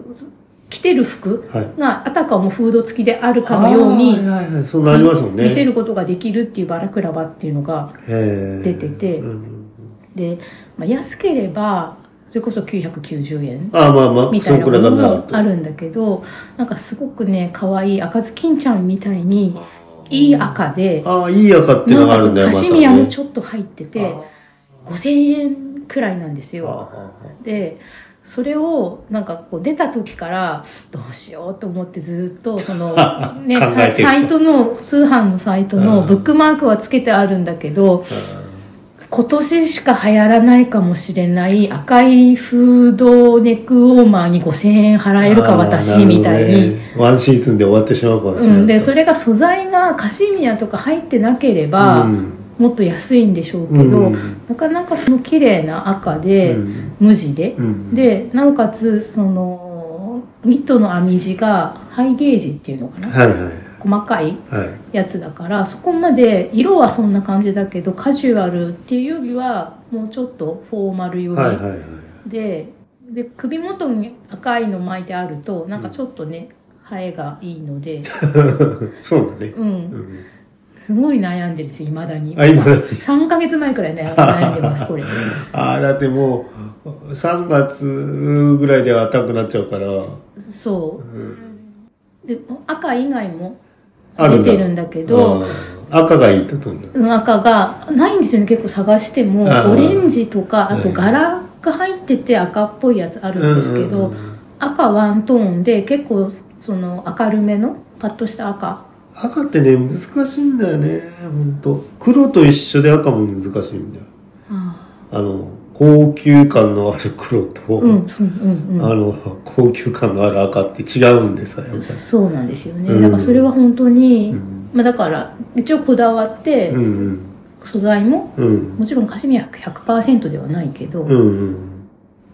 [SPEAKER 2] 着てる服
[SPEAKER 1] はい
[SPEAKER 2] があたかもフード付きであるかのよう
[SPEAKER 1] あー
[SPEAKER 2] に
[SPEAKER 1] はいはいはい、そうなりますもんね
[SPEAKER 2] 見せることができるっていうバラクラバっていうのが
[SPEAKER 1] 出
[SPEAKER 2] 出ててで、まあ、安ければそれこそ990円
[SPEAKER 1] あまあまあ
[SPEAKER 2] み
[SPEAKER 1] そ
[SPEAKER 2] たい
[SPEAKER 1] ん
[SPEAKER 2] な
[SPEAKER 1] く
[SPEAKER 2] も
[SPEAKER 1] らい
[SPEAKER 2] の
[SPEAKER 1] だなら
[SPEAKER 2] もあるんだけどなんかすごくね可愛い赤ずきんちゃんみたいにいい赤で
[SPEAKER 1] ああいい赤っていうの
[SPEAKER 2] なお
[SPEAKER 1] があ
[SPEAKER 2] か
[SPEAKER 1] るん
[SPEAKER 2] つ
[SPEAKER 1] だよ
[SPEAKER 2] カシミヤもち
[SPEAKER 1] ょっ
[SPEAKER 2] ょっと入ってて5000円くらいなんですよでそれをなんかこう出た時からどうしようと思ってずっとそ の、ね、
[SPEAKER 1] 考えてる
[SPEAKER 2] サイサイトの通販のサイトの
[SPEAKER 1] うん
[SPEAKER 2] ブックマークはつけてあるんだけど今年しか流行らないかもしれない赤いフードネックウォーマーに5000円払えるか私みたいに。
[SPEAKER 1] ワンシーズンで終わってしまうかもしれない
[SPEAKER 2] うん、でそれが素材がカシミヤとか入ってなければ、
[SPEAKER 1] うん
[SPEAKER 2] もっと安いんでしょうけど、
[SPEAKER 1] うん
[SPEAKER 2] なかなかその綺麗な赤で、
[SPEAKER 1] うん
[SPEAKER 2] 無地で
[SPEAKER 1] う、ん
[SPEAKER 2] でなおかつそのニットの編み地がハイゲージっていうのかな、
[SPEAKER 1] はいはい
[SPEAKER 2] 細かい
[SPEAKER 1] はい
[SPEAKER 2] やつだからそこまで色はそんな感じだけどカジュアルっていうよりはもうちょっとフォーマル寄り、
[SPEAKER 1] はいはいはい
[SPEAKER 2] でで首元に赤いの巻いてあるとなんかちょっとね、ハエがいい ので、
[SPEAKER 1] そうだね
[SPEAKER 2] うん
[SPEAKER 1] う、ん
[SPEAKER 2] すごい悩んでるし、未だに。
[SPEAKER 1] あ今
[SPEAKER 2] 3ヶ月前くらいね、悩んでま す、これ。
[SPEAKER 1] あーだってもう3月ぐらいでは赤くなっちゃうから
[SPEAKER 2] そうう。
[SPEAKER 1] ん
[SPEAKER 2] で赤以外も
[SPEAKER 1] あるん
[SPEAKER 2] 出
[SPEAKER 1] だ
[SPEAKER 2] てるんだけど、
[SPEAKER 1] あー赤がいいとどんどん
[SPEAKER 2] 赤がないんですよね、結構探しても。
[SPEAKER 1] あー
[SPEAKER 2] オレンジとか、あ
[SPEAKER 1] う
[SPEAKER 2] と
[SPEAKER 1] ん
[SPEAKER 2] 柄が入ってて赤っぽいやつあるんですけ
[SPEAKER 1] う
[SPEAKER 2] ど
[SPEAKER 1] んうんう、ん
[SPEAKER 2] 赤ワントーンで結構、その明るめの、パッとした赤。
[SPEAKER 1] 赤ってね難しいんだよね本当黒と一緒で赤も難しいんだよ
[SPEAKER 2] あ
[SPEAKER 1] あの高級感のある黒と、
[SPEAKER 2] ーうん、そううん、
[SPEAKER 1] あ
[SPEAKER 2] うん。
[SPEAKER 1] の高級感のある赤って違うんでさやっぱり
[SPEAKER 2] そうなんですよ
[SPEAKER 1] う
[SPEAKER 2] ね。
[SPEAKER 1] ん
[SPEAKER 2] だからそれは本当に
[SPEAKER 1] うん、
[SPEAKER 2] まあだから、一応こだわって
[SPEAKER 1] う、ん
[SPEAKER 2] 素材も
[SPEAKER 1] うんうん
[SPEAKER 2] もちろんカシミヤ100%ではないけど、
[SPEAKER 1] う
[SPEAKER 2] うん
[SPEAKER 1] うん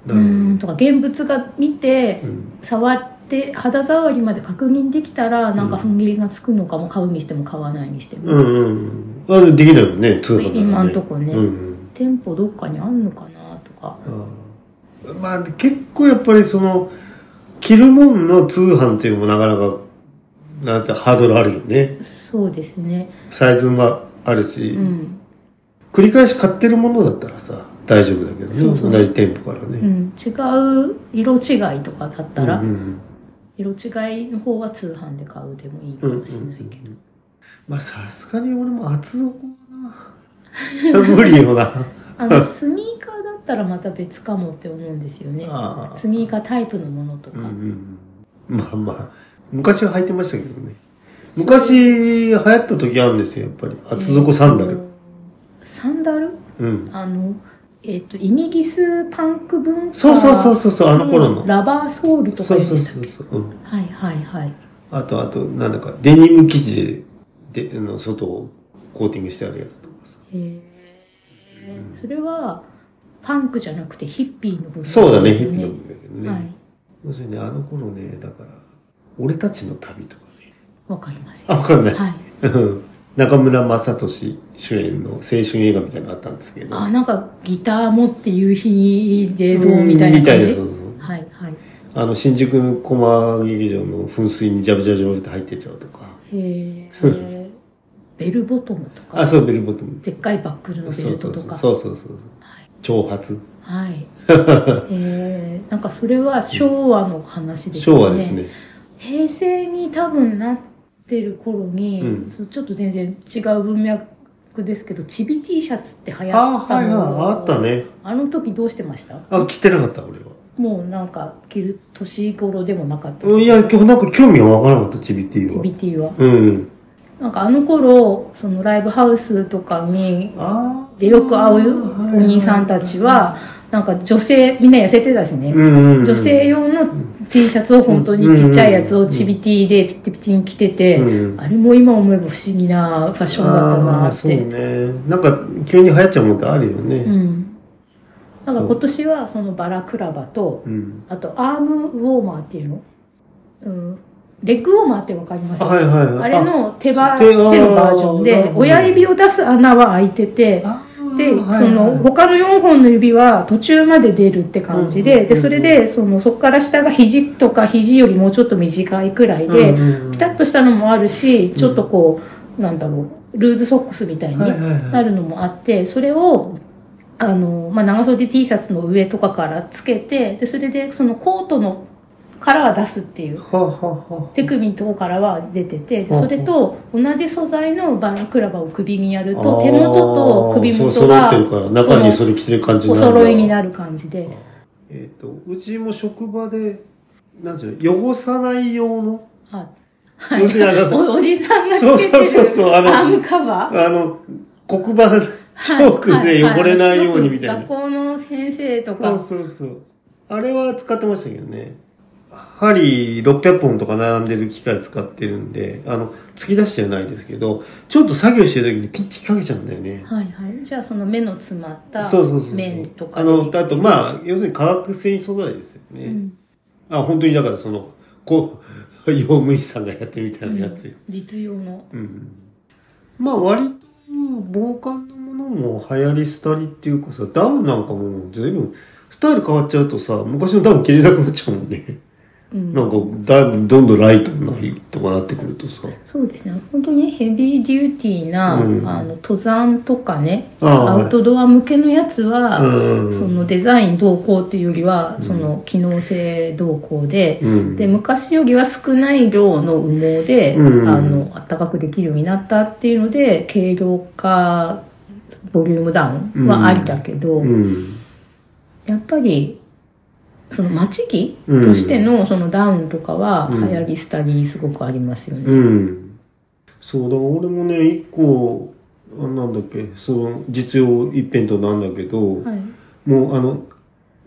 [SPEAKER 2] ーん、とか現物が見て、
[SPEAKER 1] うん
[SPEAKER 2] 触って肌触りまで確認できたらなんか
[SPEAKER 1] うん
[SPEAKER 2] 踏ん切りがつくのかも買うにしても買わないにしても、
[SPEAKER 1] うんうんあでできないもんね通販だからね
[SPEAKER 2] 今んとこね
[SPEAKER 1] うんうん
[SPEAKER 2] 店舗どっかにあんのかなとか
[SPEAKER 1] あーまあ結構やっぱりその着るもんの通販っていうのもなかなかなんてハードルあるよね
[SPEAKER 2] そうですね
[SPEAKER 1] サイズもあるし、
[SPEAKER 2] うん、
[SPEAKER 1] 繰り返し買ってるものだったらさ大丈夫だけどね
[SPEAKER 2] そうそう
[SPEAKER 1] 同じ店舗から
[SPEAKER 2] う
[SPEAKER 1] ね、
[SPEAKER 2] ん、違う色違いとかだったら、
[SPEAKER 1] うんうん
[SPEAKER 2] 色違いの方は通販で買うでもいいかもしれないけど、
[SPEAKER 1] まあさすがに俺も厚底はな 無理よな
[SPEAKER 2] あのスニーカーだったらまた別かもって思うんですよね
[SPEAKER 1] ああ
[SPEAKER 2] スニーカータイプのものとか、
[SPEAKER 1] うんうんうんまあまあ昔は履いてましたけどね昔流行った時あるんですよやっぱり厚底サンダ
[SPEAKER 2] えー
[SPEAKER 1] ル
[SPEAKER 2] と。サンダル
[SPEAKER 1] うん
[SPEAKER 2] あの、えっ、と、イギリスパンク文化
[SPEAKER 1] そうそうそうそうそうあの頃の
[SPEAKER 2] ラバーソールとか
[SPEAKER 1] そう
[SPEAKER 2] でした
[SPEAKER 1] そう
[SPEAKER 2] っけ
[SPEAKER 1] そうそう、うん、
[SPEAKER 2] はいはいはい。
[SPEAKER 1] あとあとなんだかデニム生地でであの外をコーティングしてあるやつとかさ
[SPEAKER 2] へえね、それはパンクじゃなくてヒッピーの部分
[SPEAKER 1] そうだね、
[SPEAKER 2] です
[SPEAKER 1] ヒ
[SPEAKER 2] よ
[SPEAKER 1] ッピーの部分だ
[SPEAKER 2] は
[SPEAKER 1] けどね。
[SPEAKER 2] い
[SPEAKER 1] 要するにあの頃ね、だから、俺たちの旅とかね。
[SPEAKER 2] わかりません
[SPEAKER 1] あ、わかんない。
[SPEAKER 2] はい
[SPEAKER 1] うん中村雅俊主演の青春映画みたいなのがあったんですけど。
[SPEAKER 2] あなんかギター持って夕日でどうみたいな感じ
[SPEAKER 1] うんみそうそう
[SPEAKER 2] はいはい
[SPEAKER 1] あの、新宿駒劇場の噴水にジャブジャブジャブって入ってっちゃうとか。
[SPEAKER 2] え ー、ベルボトムとか
[SPEAKER 1] あ、そう、ベルボトム。
[SPEAKER 2] でっかいバックルのベ
[SPEAKER 1] そう
[SPEAKER 2] ル
[SPEAKER 1] そ
[SPEAKER 2] ト
[SPEAKER 1] う
[SPEAKER 2] と
[SPEAKER 1] そう。
[SPEAKER 2] か
[SPEAKER 1] そうそうそう。長髪。
[SPEAKER 2] はいえー、なんかそれは昭和の話ですよ
[SPEAKER 1] 昭和ですね。
[SPEAKER 2] 平成に多分なってる頃に、
[SPEAKER 1] うん
[SPEAKER 2] そうちょっと全然違う文脈ですけどちび T シャツって流行った
[SPEAKER 1] あ
[SPEAKER 2] の
[SPEAKER 1] はいはい。あったね。
[SPEAKER 2] あの時どうしてました
[SPEAKER 1] あ、着てなかった、俺は。
[SPEAKER 2] もうなんか着る年頃でもなかった
[SPEAKER 1] うんいや、今日なんか興味はわからなかった、チビティ
[SPEAKER 2] ち
[SPEAKER 1] は。
[SPEAKER 2] び T は
[SPEAKER 1] うん。
[SPEAKER 2] なんかあの頃そのライブハウスとかに
[SPEAKER 1] あ
[SPEAKER 2] でよく会うお兄さんたちはなんか女性みんな痩せてたしね、
[SPEAKER 1] うん。
[SPEAKER 2] 女性用の T シャツを本当にちっちゃいやつをチビティでピッテピテに着てて、
[SPEAKER 1] うん
[SPEAKER 2] あれも今思えば不思議なファッションだった
[SPEAKER 1] あ
[SPEAKER 2] な
[SPEAKER 1] あ、
[SPEAKER 2] っ
[SPEAKER 1] そう
[SPEAKER 2] て
[SPEAKER 1] ね。なんか、急に流行っちゃうもんってあるよ
[SPEAKER 2] う
[SPEAKER 1] ね。
[SPEAKER 2] んなんか今年はそのバラクラバと
[SPEAKER 1] うん。
[SPEAKER 2] あとアームウォーマーっていうの、うん、レッグウォーマーってわかります
[SPEAKER 1] あ、はいはいはい。
[SPEAKER 2] あれの手ば
[SPEAKER 1] 手
[SPEAKER 2] 手
[SPEAKER 1] が
[SPEAKER 2] のバージョン
[SPEAKER 1] なるほ
[SPEAKER 2] で
[SPEAKER 1] ど
[SPEAKER 2] 親指を出す穴は開いてて
[SPEAKER 1] あ、
[SPEAKER 2] で、
[SPEAKER 1] はいはい
[SPEAKER 2] その他の4本の指は途中まで出るって感じで、
[SPEAKER 1] うんうんうん
[SPEAKER 2] でそれでそのそこから下が肘とか肘よりもうちょっと短いくらいで、
[SPEAKER 1] うんうん
[SPEAKER 2] ピタッとしたのもあるしちょっとこう、なんだろうルーズソックスみたいに
[SPEAKER 1] はいはいはい
[SPEAKER 2] なるのもあってそれを。あのまあ、長袖 T シャツの上とかからつけてでそれでそのコートのからは出すっていう
[SPEAKER 1] ははは。
[SPEAKER 2] 手首のとこからは出ててで
[SPEAKER 1] うん
[SPEAKER 2] それと同じ素材のバラクラバを首にやる
[SPEAKER 1] あ
[SPEAKER 2] と
[SPEAKER 1] ー
[SPEAKER 2] 手元と首
[SPEAKER 1] そう
[SPEAKER 2] 元
[SPEAKER 1] 揃
[SPEAKER 2] が
[SPEAKER 1] ってるから、中にそれ着てる感じ
[SPEAKER 2] お揃いに
[SPEAKER 1] る。
[SPEAKER 2] なる感じで
[SPEAKER 1] えっと、うちも職場で、なんていうの、汚さない用の、
[SPEAKER 2] は
[SPEAKER 1] 要するにあ
[SPEAKER 2] い
[SPEAKER 1] の、
[SPEAKER 2] おおじさんがつけてる
[SPEAKER 1] そうそうそうそう
[SPEAKER 2] ア
[SPEAKER 1] あの
[SPEAKER 2] ームカバー
[SPEAKER 1] あの、黒板、チ
[SPEAKER 2] はい
[SPEAKER 1] ョークで
[SPEAKER 2] は
[SPEAKER 1] 汚れないようにみたい
[SPEAKER 2] よ
[SPEAKER 1] な
[SPEAKER 2] く。学校の先生と
[SPEAKER 1] そう
[SPEAKER 2] か
[SPEAKER 1] そうそう。あれは使ってましたけどね。針600本とか並んでる機械使ってるんで、あの、突き出してはないですけど、ちょっと作業してる時にピッて引っ掛けちゃうんだよね。
[SPEAKER 2] はいはいじゃあその目の詰まった
[SPEAKER 1] そうそうそうそう。
[SPEAKER 2] 面とか
[SPEAKER 1] あの、あとまあ、要するに化学繊維素材ですよね。
[SPEAKER 2] うん
[SPEAKER 1] あ、本当にだからその、こう、 用務員さんがやってるみたいなやつよ。
[SPEAKER 2] 実用の
[SPEAKER 1] うん。まあ割と、防寒のものも流行り廃りっていうかさ、ダウンなんかも随分、スタイル変わっちゃうとさ、昔のダウン着れなくなっちゃうもんね。
[SPEAKER 2] うん
[SPEAKER 1] なんか、だいぶどんどんライトになりとかなってくるとさ。
[SPEAKER 2] そうですね本当にヘビーデューティーな、
[SPEAKER 1] うん
[SPEAKER 2] あの登山とかね
[SPEAKER 1] ああ
[SPEAKER 2] アウトドア向けのやつは、
[SPEAKER 1] うん。
[SPEAKER 2] そのデザインどうこうっていうよりは、その機能性どうこうで,、
[SPEAKER 1] うん
[SPEAKER 2] で昔よりは少ない量の羽毛で、
[SPEAKER 1] うん
[SPEAKER 2] あの暖かくできるようになったっていうので軽量化ボリュームダウンはありだけど、
[SPEAKER 1] うん。
[SPEAKER 2] やっぱりその待ち着
[SPEAKER 1] うん
[SPEAKER 2] としてのそのダウンとかは
[SPEAKER 1] うん
[SPEAKER 2] 流行り廃りすごくありますよね。
[SPEAKER 1] うん。そう、だから俺もね、一個、あなんだっけ、その、実用一辺倒なんだけど、
[SPEAKER 2] はい
[SPEAKER 1] もうあの、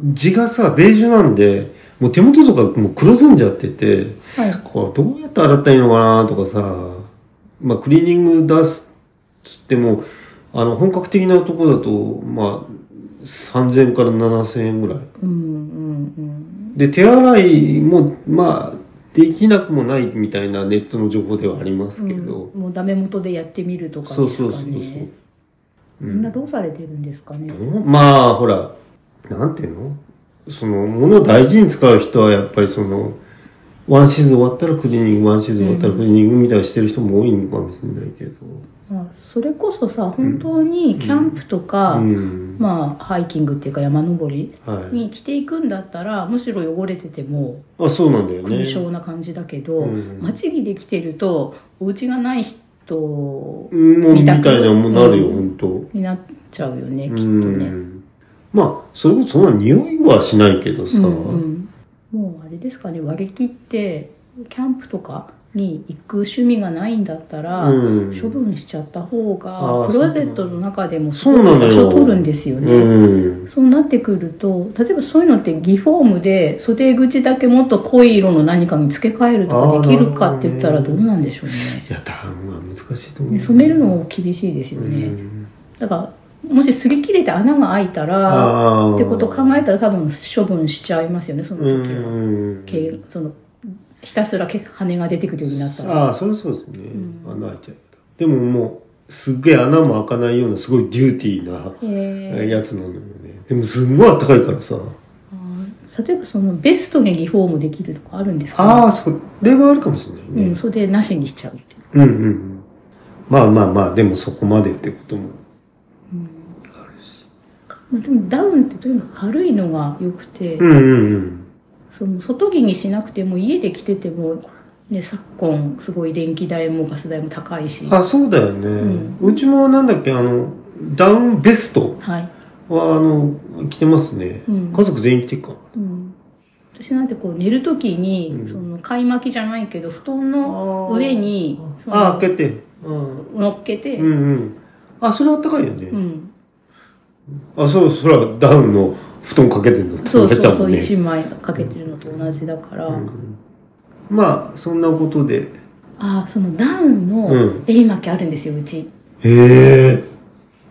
[SPEAKER 1] 字がさ、ベージュなんで、もう手元とかもう黒ずんじゃってて、
[SPEAKER 2] はい
[SPEAKER 1] これどうやって洗ったらいいのかなとかさ、まあクリーニング出すっつっても、あの、本格的なとこだと、まあ、3000円から7000円ぐらい。
[SPEAKER 2] うんうん
[SPEAKER 1] で、手洗いも、まあ、できなくもないみたいなネットの情報ではあります
[SPEAKER 2] うん
[SPEAKER 1] け
[SPEAKER 2] うん
[SPEAKER 1] ど、
[SPEAKER 2] もうダメ元でやってみるとかですか
[SPEAKER 1] そ
[SPEAKER 2] ね
[SPEAKER 1] うそうそうそう。う
[SPEAKER 2] みんなどうされてるんですかね、
[SPEAKER 1] まあ、ほら、なんていうのその、物を大事に使う人はやっぱりその、ワンシーズン終わったらクリーニング、ワンシーズン終わったらクリーニングみたいなしてる人も多いのかもしれないけど。
[SPEAKER 2] まあ、それこそさ本当にキャンプとか、
[SPEAKER 1] うん。
[SPEAKER 2] まあハイキングっていうか山登り
[SPEAKER 1] はい。
[SPEAKER 2] に着ていくんだったらむしろ汚れてても
[SPEAKER 1] あ、そうなんだよね
[SPEAKER 2] 勲。章な感じだけど、
[SPEAKER 1] うん
[SPEAKER 2] 街着で着てるとお家がない人
[SPEAKER 1] うん、もうみ
[SPEAKER 2] 見
[SPEAKER 1] た
[SPEAKER 2] た
[SPEAKER 1] い
[SPEAKER 2] く
[SPEAKER 1] なもんなるよ、
[SPEAKER 2] う
[SPEAKER 1] 本当
[SPEAKER 2] になっちゃうよね、
[SPEAKER 1] う
[SPEAKER 2] きっとね。
[SPEAKER 1] ん。まあ、それこそそんな匂いはしないけどさ。
[SPEAKER 2] うんうんもうあれですかね割り切ってキャンプとかに行く趣味がないんだったら、
[SPEAKER 1] うん
[SPEAKER 2] 処分しちゃった方が
[SPEAKER 1] あー
[SPEAKER 2] クローゼットの中でもす
[SPEAKER 1] そう
[SPEAKER 2] ご
[SPEAKER 1] なの
[SPEAKER 2] く場所取るんですよね。
[SPEAKER 1] うん。
[SPEAKER 2] そうなってくると例えばそういうのってギフォームで袖口だけもっと濃い色の何かに付け替えるとかできるかって言ったらどうなんでしょうね
[SPEAKER 1] いや、ダウンは難しいと思う。
[SPEAKER 2] ね染めるのも厳しいですよね、
[SPEAKER 1] うん
[SPEAKER 2] だからもし擦り切れて穴が開いたら
[SPEAKER 1] あ
[SPEAKER 2] ってことを考えたら多分処分しちゃいますよねそ
[SPEAKER 1] うんう
[SPEAKER 2] の時は、
[SPEAKER 1] んうん
[SPEAKER 2] けそのひたすらけ羽が出てくるようになったら
[SPEAKER 1] ああそれはそうですよね、
[SPEAKER 2] うん
[SPEAKER 1] 穴開いちゃうでももうすっげえ穴も開かないようなすごいデューティーな
[SPEAKER 2] えー
[SPEAKER 1] やつなのよね、でもすんごいあったかいからさ
[SPEAKER 2] あー例えばそのベストにリフォームできるとかあるんですか、
[SPEAKER 1] ああそれはあるかもしれないうね
[SPEAKER 2] ん、それでなしにしちゃうってい
[SPEAKER 1] う
[SPEAKER 2] う
[SPEAKER 1] んうんうんまあまあまあでもそこまでってことも
[SPEAKER 2] まあでもダウンってとにかく軽いのが良くて、
[SPEAKER 1] うんうんうん
[SPEAKER 2] その外着にしなくても家で着てても、ね、昨今すごい電気代もガス代も高いし、は
[SPEAKER 1] あそうだよね、
[SPEAKER 2] ん
[SPEAKER 1] うちもなんだっけあのダウンベスト
[SPEAKER 2] い、
[SPEAKER 1] はあの着てますね、
[SPEAKER 2] うん
[SPEAKER 1] 家族全員着てるかな
[SPEAKER 2] うん、私なんてこう寝る時に、
[SPEAKER 1] うん
[SPEAKER 2] その買い巻きじゃないけど布団の上にそ
[SPEAKER 1] ああ
[SPEAKER 2] の
[SPEAKER 1] 開けてうん
[SPEAKER 2] 乗っけて、
[SPEAKER 1] うんうんあそれあったかいよね、
[SPEAKER 2] うん
[SPEAKER 1] あ、そう、それはダウンの布団かけてるのって
[SPEAKER 2] そうそうそう
[SPEAKER 1] もんね。
[SPEAKER 2] 1枚かけてるのと同じだから、
[SPEAKER 1] うんまあ、そんなことで。
[SPEAKER 2] ああそのダウン
[SPEAKER 1] うん
[SPEAKER 2] の襟巻きあるんですようち
[SPEAKER 1] へえ。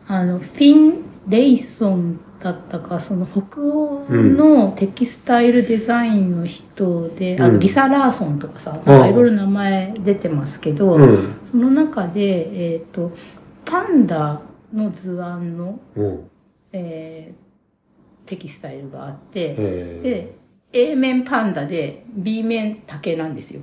[SPEAKER 2] あの、フィン・レイソンだったか、その北欧のテキスタイルデザインの人で、
[SPEAKER 1] うん
[SPEAKER 2] あの、リサ・ラーソンとかさ、なん
[SPEAKER 1] う
[SPEAKER 2] か
[SPEAKER 1] ん
[SPEAKER 2] いろいろ名前出てますけど、
[SPEAKER 1] うん。
[SPEAKER 2] その中で、えっ、と、パンダの図案の、
[SPEAKER 1] うん。
[SPEAKER 2] えーテキスタイルがあって、
[SPEAKER 1] へえ。
[SPEAKER 2] で、A 面パンダで B 面竹なんですよ。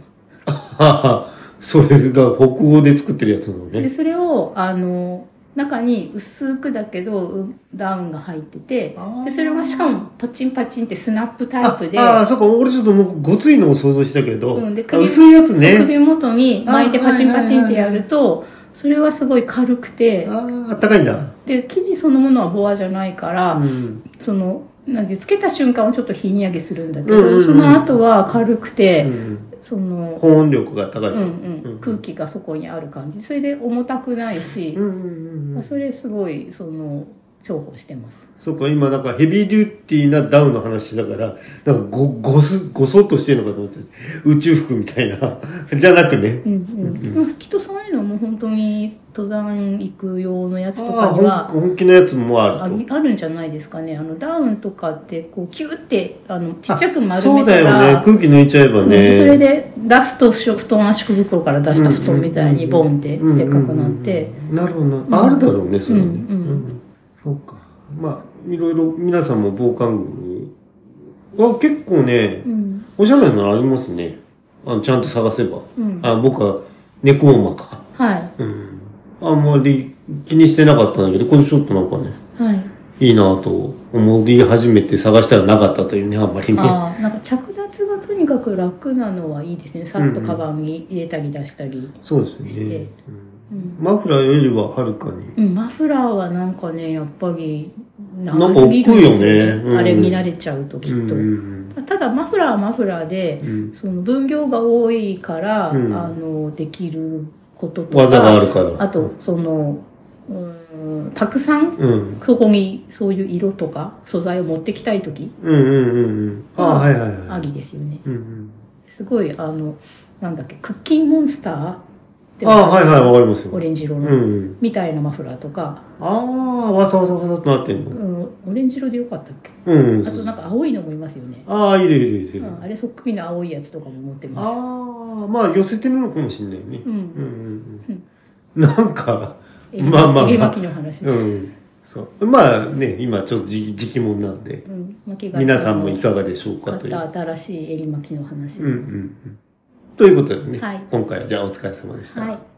[SPEAKER 1] それが北欧で作ってるやつなの
[SPEAKER 2] で、
[SPEAKER 1] ね。
[SPEAKER 2] それを、あの、中に薄くだけどうんダウンが入ってて、でそれがしかもパチンパチンってスナップタイプで
[SPEAKER 1] ああ、そっか、俺ちょっともうごついのを想像したけど、
[SPEAKER 2] うんで
[SPEAKER 1] あ
[SPEAKER 2] 首
[SPEAKER 1] 薄いやつ
[SPEAKER 2] そう
[SPEAKER 1] ね。
[SPEAKER 2] 首元に巻いて
[SPEAKER 1] あ
[SPEAKER 2] パチンパチンってやるとそれはすごい軽くて
[SPEAKER 1] ああ、あったかいんだ。
[SPEAKER 2] で生地そのものはボアじゃないから、
[SPEAKER 1] うん。
[SPEAKER 2] そのなんていうつけた瞬間はちょっとひんやげするんだけど、
[SPEAKER 1] うんうんうん
[SPEAKER 2] その後は軽くて、
[SPEAKER 1] うん
[SPEAKER 2] その、
[SPEAKER 1] 保温力が高い
[SPEAKER 2] うん
[SPEAKER 1] と。
[SPEAKER 2] うん空気がそこにある感じそれで重たくないし、
[SPEAKER 1] うんうんう
[SPEAKER 2] まあ
[SPEAKER 1] ん。
[SPEAKER 2] それすごいその重宝してます。
[SPEAKER 1] そっか、今なんかヘビーデューティーなダウンの話だから、なんかご、ごす、ごそっとしてるのかと思った宇宙服みたいな。 じゃなくね。
[SPEAKER 2] うんうんまあきっとそういうのも本当に登山行く用のやつと
[SPEAKER 1] あ
[SPEAKER 2] か
[SPEAKER 1] あ
[SPEAKER 2] には
[SPEAKER 1] 本本気のやつもあ
[SPEAKER 2] あ
[SPEAKER 1] ると。
[SPEAKER 2] あるんじゃないですかねあのダウンとかってこうキューってあのちっちゃく
[SPEAKER 1] あ
[SPEAKER 2] 丸
[SPEAKER 1] そ
[SPEAKER 2] め
[SPEAKER 1] う
[SPEAKER 2] た
[SPEAKER 1] だよね
[SPEAKER 2] ら。
[SPEAKER 1] 空気抜いちゃえば
[SPEAKER 2] うん
[SPEAKER 1] ね。
[SPEAKER 2] それで出すと布団圧縮袋から出した布団みたいにボンって
[SPEAKER 1] うんうん
[SPEAKER 2] で
[SPEAKER 1] う
[SPEAKER 2] っ
[SPEAKER 1] ん
[SPEAKER 2] かくなって。
[SPEAKER 1] なるほどな。あるだろうね、それはね。
[SPEAKER 2] うんうん
[SPEAKER 1] そうか。まあ、いろいろ皆さんも防寒具は結構ね、
[SPEAKER 2] うん
[SPEAKER 1] おしゃれなのありますね。あのちゃんと探せば。
[SPEAKER 2] うん
[SPEAKER 1] あ僕は猫馬か。
[SPEAKER 2] はい
[SPEAKER 1] うん。あんまり気にしてなかったんだけど、これちょっとなんかね、
[SPEAKER 2] はい
[SPEAKER 1] いいなと思い始めて探したらなかったというね、あんまりね。
[SPEAKER 2] ああなんか着脱がとにかく楽なのはいいですねさっとカバンに入れたり出したり、
[SPEAKER 1] そうです
[SPEAKER 2] して
[SPEAKER 1] ね。うん
[SPEAKER 2] うん
[SPEAKER 1] マフラーよりははるかに。
[SPEAKER 2] うんマフラーはなんかねやっぱり
[SPEAKER 1] なん
[SPEAKER 2] 長
[SPEAKER 1] か
[SPEAKER 2] すぎるんですよね
[SPEAKER 1] 億劫よねうん
[SPEAKER 2] あれ見慣れちゃうときっと、
[SPEAKER 1] うん
[SPEAKER 2] ただマフラーはマフラーで
[SPEAKER 1] うん、うん
[SPEAKER 2] その分量が多いから、
[SPEAKER 1] うん
[SPEAKER 2] あのできることとか
[SPEAKER 1] 技があるから。
[SPEAKER 2] あとそのうーんたくさん
[SPEAKER 1] うん。
[SPEAKER 2] そこにそういう色とか素材を持ってきたい時
[SPEAKER 1] うんうんうんうん。ああ、はいはいは
[SPEAKER 2] あ
[SPEAKER 1] い。
[SPEAKER 2] りですよね
[SPEAKER 1] うんうん、
[SPEAKER 2] すごいあのなんだっけクッキーモンスターって
[SPEAKER 1] ああ、はいはい、わかります
[SPEAKER 2] オ
[SPEAKER 1] よ。
[SPEAKER 2] レンジ色
[SPEAKER 1] うん
[SPEAKER 2] の、
[SPEAKER 1] うん。
[SPEAKER 2] みたいなマフラーとか、
[SPEAKER 1] ああ、わさわさわさとなってん
[SPEAKER 2] う
[SPEAKER 1] の。
[SPEAKER 2] ん、オレンジ色でよかったっけ
[SPEAKER 1] うん、うん。
[SPEAKER 2] あとなんか青いのもいますよね、
[SPEAKER 1] ああ、いるいるいる。
[SPEAKER 2] うん、あれそっくりの青いやつとかも持ってます
[SPEAKER 1] ああ、まあ寄せてるのかもしれないね。
[SPEAKER 2] う
[SPEAKER 1] うん
[SPEAKER 2] ん
[SPEAKER 1] うんうん。なんか、
[SPEAKER 2] え
[SPEAKER 1] まあまあまあ
[SPEAKER 2] 襟巻きの話、
[SPEAKER 1] うん。そう。まあね、今ちょっと時時期もなんで、
[SPEAKER 2] うん巻きが
[SPEAKER 1] 皆さんもいかがでしょう
[SPEAKER 2] 買
[SPEAKER 1] か
[SPEAKER 2] っ
[SPEAKER 1] という。
[SPEAKER 2] た新しい襟巻きの話、
[SPEAKER 1] うんうんうん。ということでね、
[SPEAKER 2] はい
[SPEAKER 1] 今回はじゃあお疲れ様でした。
[SPEAKER 2] はい